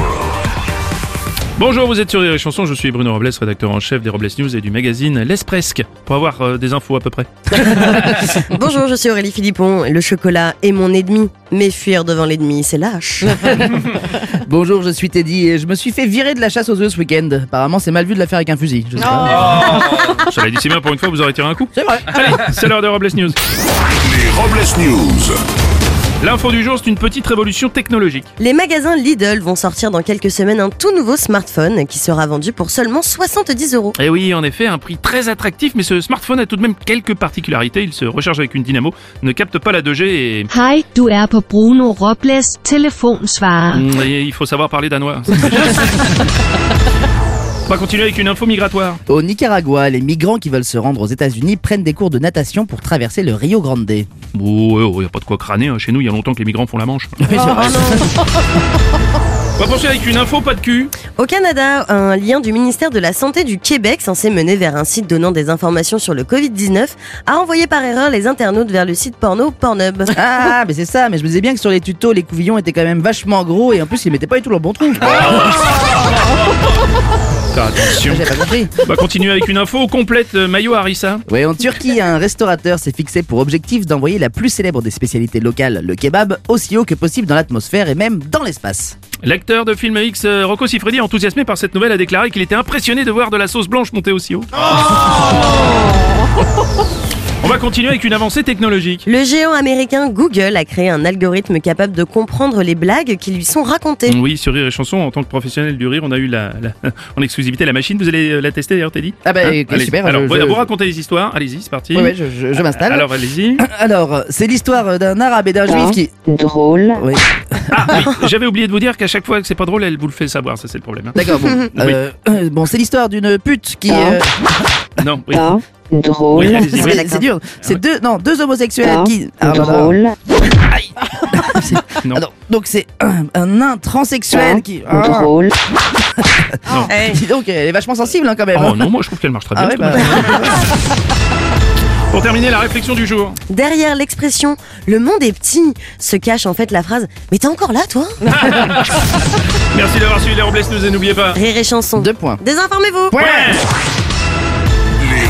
world. Bonjour, vous êtes sur Rire et Chanson, je suis Bruno Robles, rédacteur en chef des Robles News et du magazine L'Espresque, pour avoir euh, des infos à peu près. Bonjour, je suis Aurélie Philippon. Le chocolat est mon ennemi, mais fuir devant l'ennemi, c'est lâche. Bonjour, je suis Teddy et je me suis fait virer de la chasse aux œufs ce week-end. Apparemment, c'est mal vu de la faire avec un fusil. Je sais pas. J'avais dit si bien pour une fois, vous aurez tiré un coup. C'est vrai. Oh. Allez, c'est l'heure des Robles News. Les Robles News. L'info du jour, c'est une petite révolution technologique. Les magasins Lidl vont sortir dans quelques semaines un tout nouveau smartphone qui sera vendu pour seulement 70 euros. Et Eh oui, en effet, un prix très attractif, mais ce smartphone a tout de même quelques particularités. Il se recharge avec une dynamo, ne capte pas la 2G et, Hej, du er på Bruno Robles telefonsvarer. mm, et il faut savoir parler danois. On va continuer avec une info migratoire. Au Nicaragua, les migrants qui veulent se rendre aux États-Unis prennent des cours de natation pour traverser le Rio Grande. Oh. Bon, ouais, ouais, y a pas de quoi crâner, hein. chez nous, il y a longtemps que les migrants font la manche. On va poursuivre avec une info pas de cul. Au Canada, un lien du ministère de la Santé du Québec, censé mener vers un site donnant des informations sur le Covid-19, a envoyé par erreur les internautes vers le site porno Pornhub. Ah, mais c'est ça, mais je me disais bien que sur les tutos, les couvillons étaient quand même vachement gros et en plus, ils mettaient pas du tout leur bon trou. Ah, attention. J'ai pas compris. On va continuer avec une info complète euh, maillot harissa. Oui, en Turquie, un restaurateur s'est fixé pour objectif d'envoyer la plus célèbre des spécialités locales, le kebab, aussi haut que possible dans l'atmosphère et même dans l'espace. L'acteur de film X, euh, Rocco Siffredi, enthousiasmé par cette nouvelle, a déclaré qu'il était impressionné de voir de la sauce blanche monter aussi haut. Oh On va continuer avec une avancée technologique. Le géant américain Google a créé un algorithme capable de comprendre les blagues qui lui sont racontées. Oui, sur Rire et Chanson, en tant que professionnel du rire, on a eu la, la- en exclusivité la machine. Vous allez euh, la tester d'ailleurs, Teddy Ah bah, écoute, Hein Allez, super, Alors, je- vous, je- vous racontez les histoires. Allez-y, c'est parti. Ouais, ouais, je, je- je m'installe. Alors, allez-y. Alors, c'est l'histoire d'un arabe et d'un juif qui. Hein drôle. Oui. Ah oui, j'avais oublié de vous dire qu'à chaque fois que c'est pas drôle, elle vous le fait savoir, ça c'est le problème. hein. D'accord, bon. Euh, bon, c'est l'histoire d'une pute qui. Hein euh, Non, oui. Pas drôle. Oui, allez-y, c'est- Ah oui. C'est dur. C'est deux, non, deux homosexuels Pas qui. Ah, bah, bah. Hein drôle. Non. Ah, non. Donc c'est un, un nain transsexuel qui. Pas Ah, Hein drôle. dis donc, elle est vachement sensible hein, quand même. Oh non, moi je trouve qu'elle marche très bien. Ah ouais, cette bah. Pour terminer, la réflexion du jour. Derrière l'expression le monde est petit se cache en fait la phrase Mais t'es encore là toi Merci d'avoir suivi les Robles News et n'oubliez pas. Rire et chanson. Deux points. Désinformez-vous Ouais Les